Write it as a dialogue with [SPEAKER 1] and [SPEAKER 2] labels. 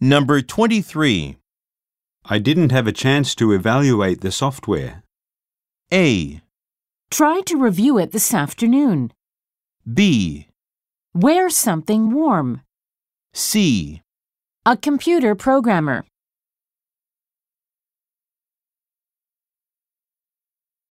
[SPEAKER 1] Number 23.
[SPEAKER 2] I didn't have a chance to evaluate the software.
[SPEAKER 1] A,
[SPEAKER 3] Try to review it this afternoon.
[SPEAKER 1] B,
[SPEAKER 3] Wear something warm.
[SPEAKER 1] C.
[SPEAKER 3] A computer programmer.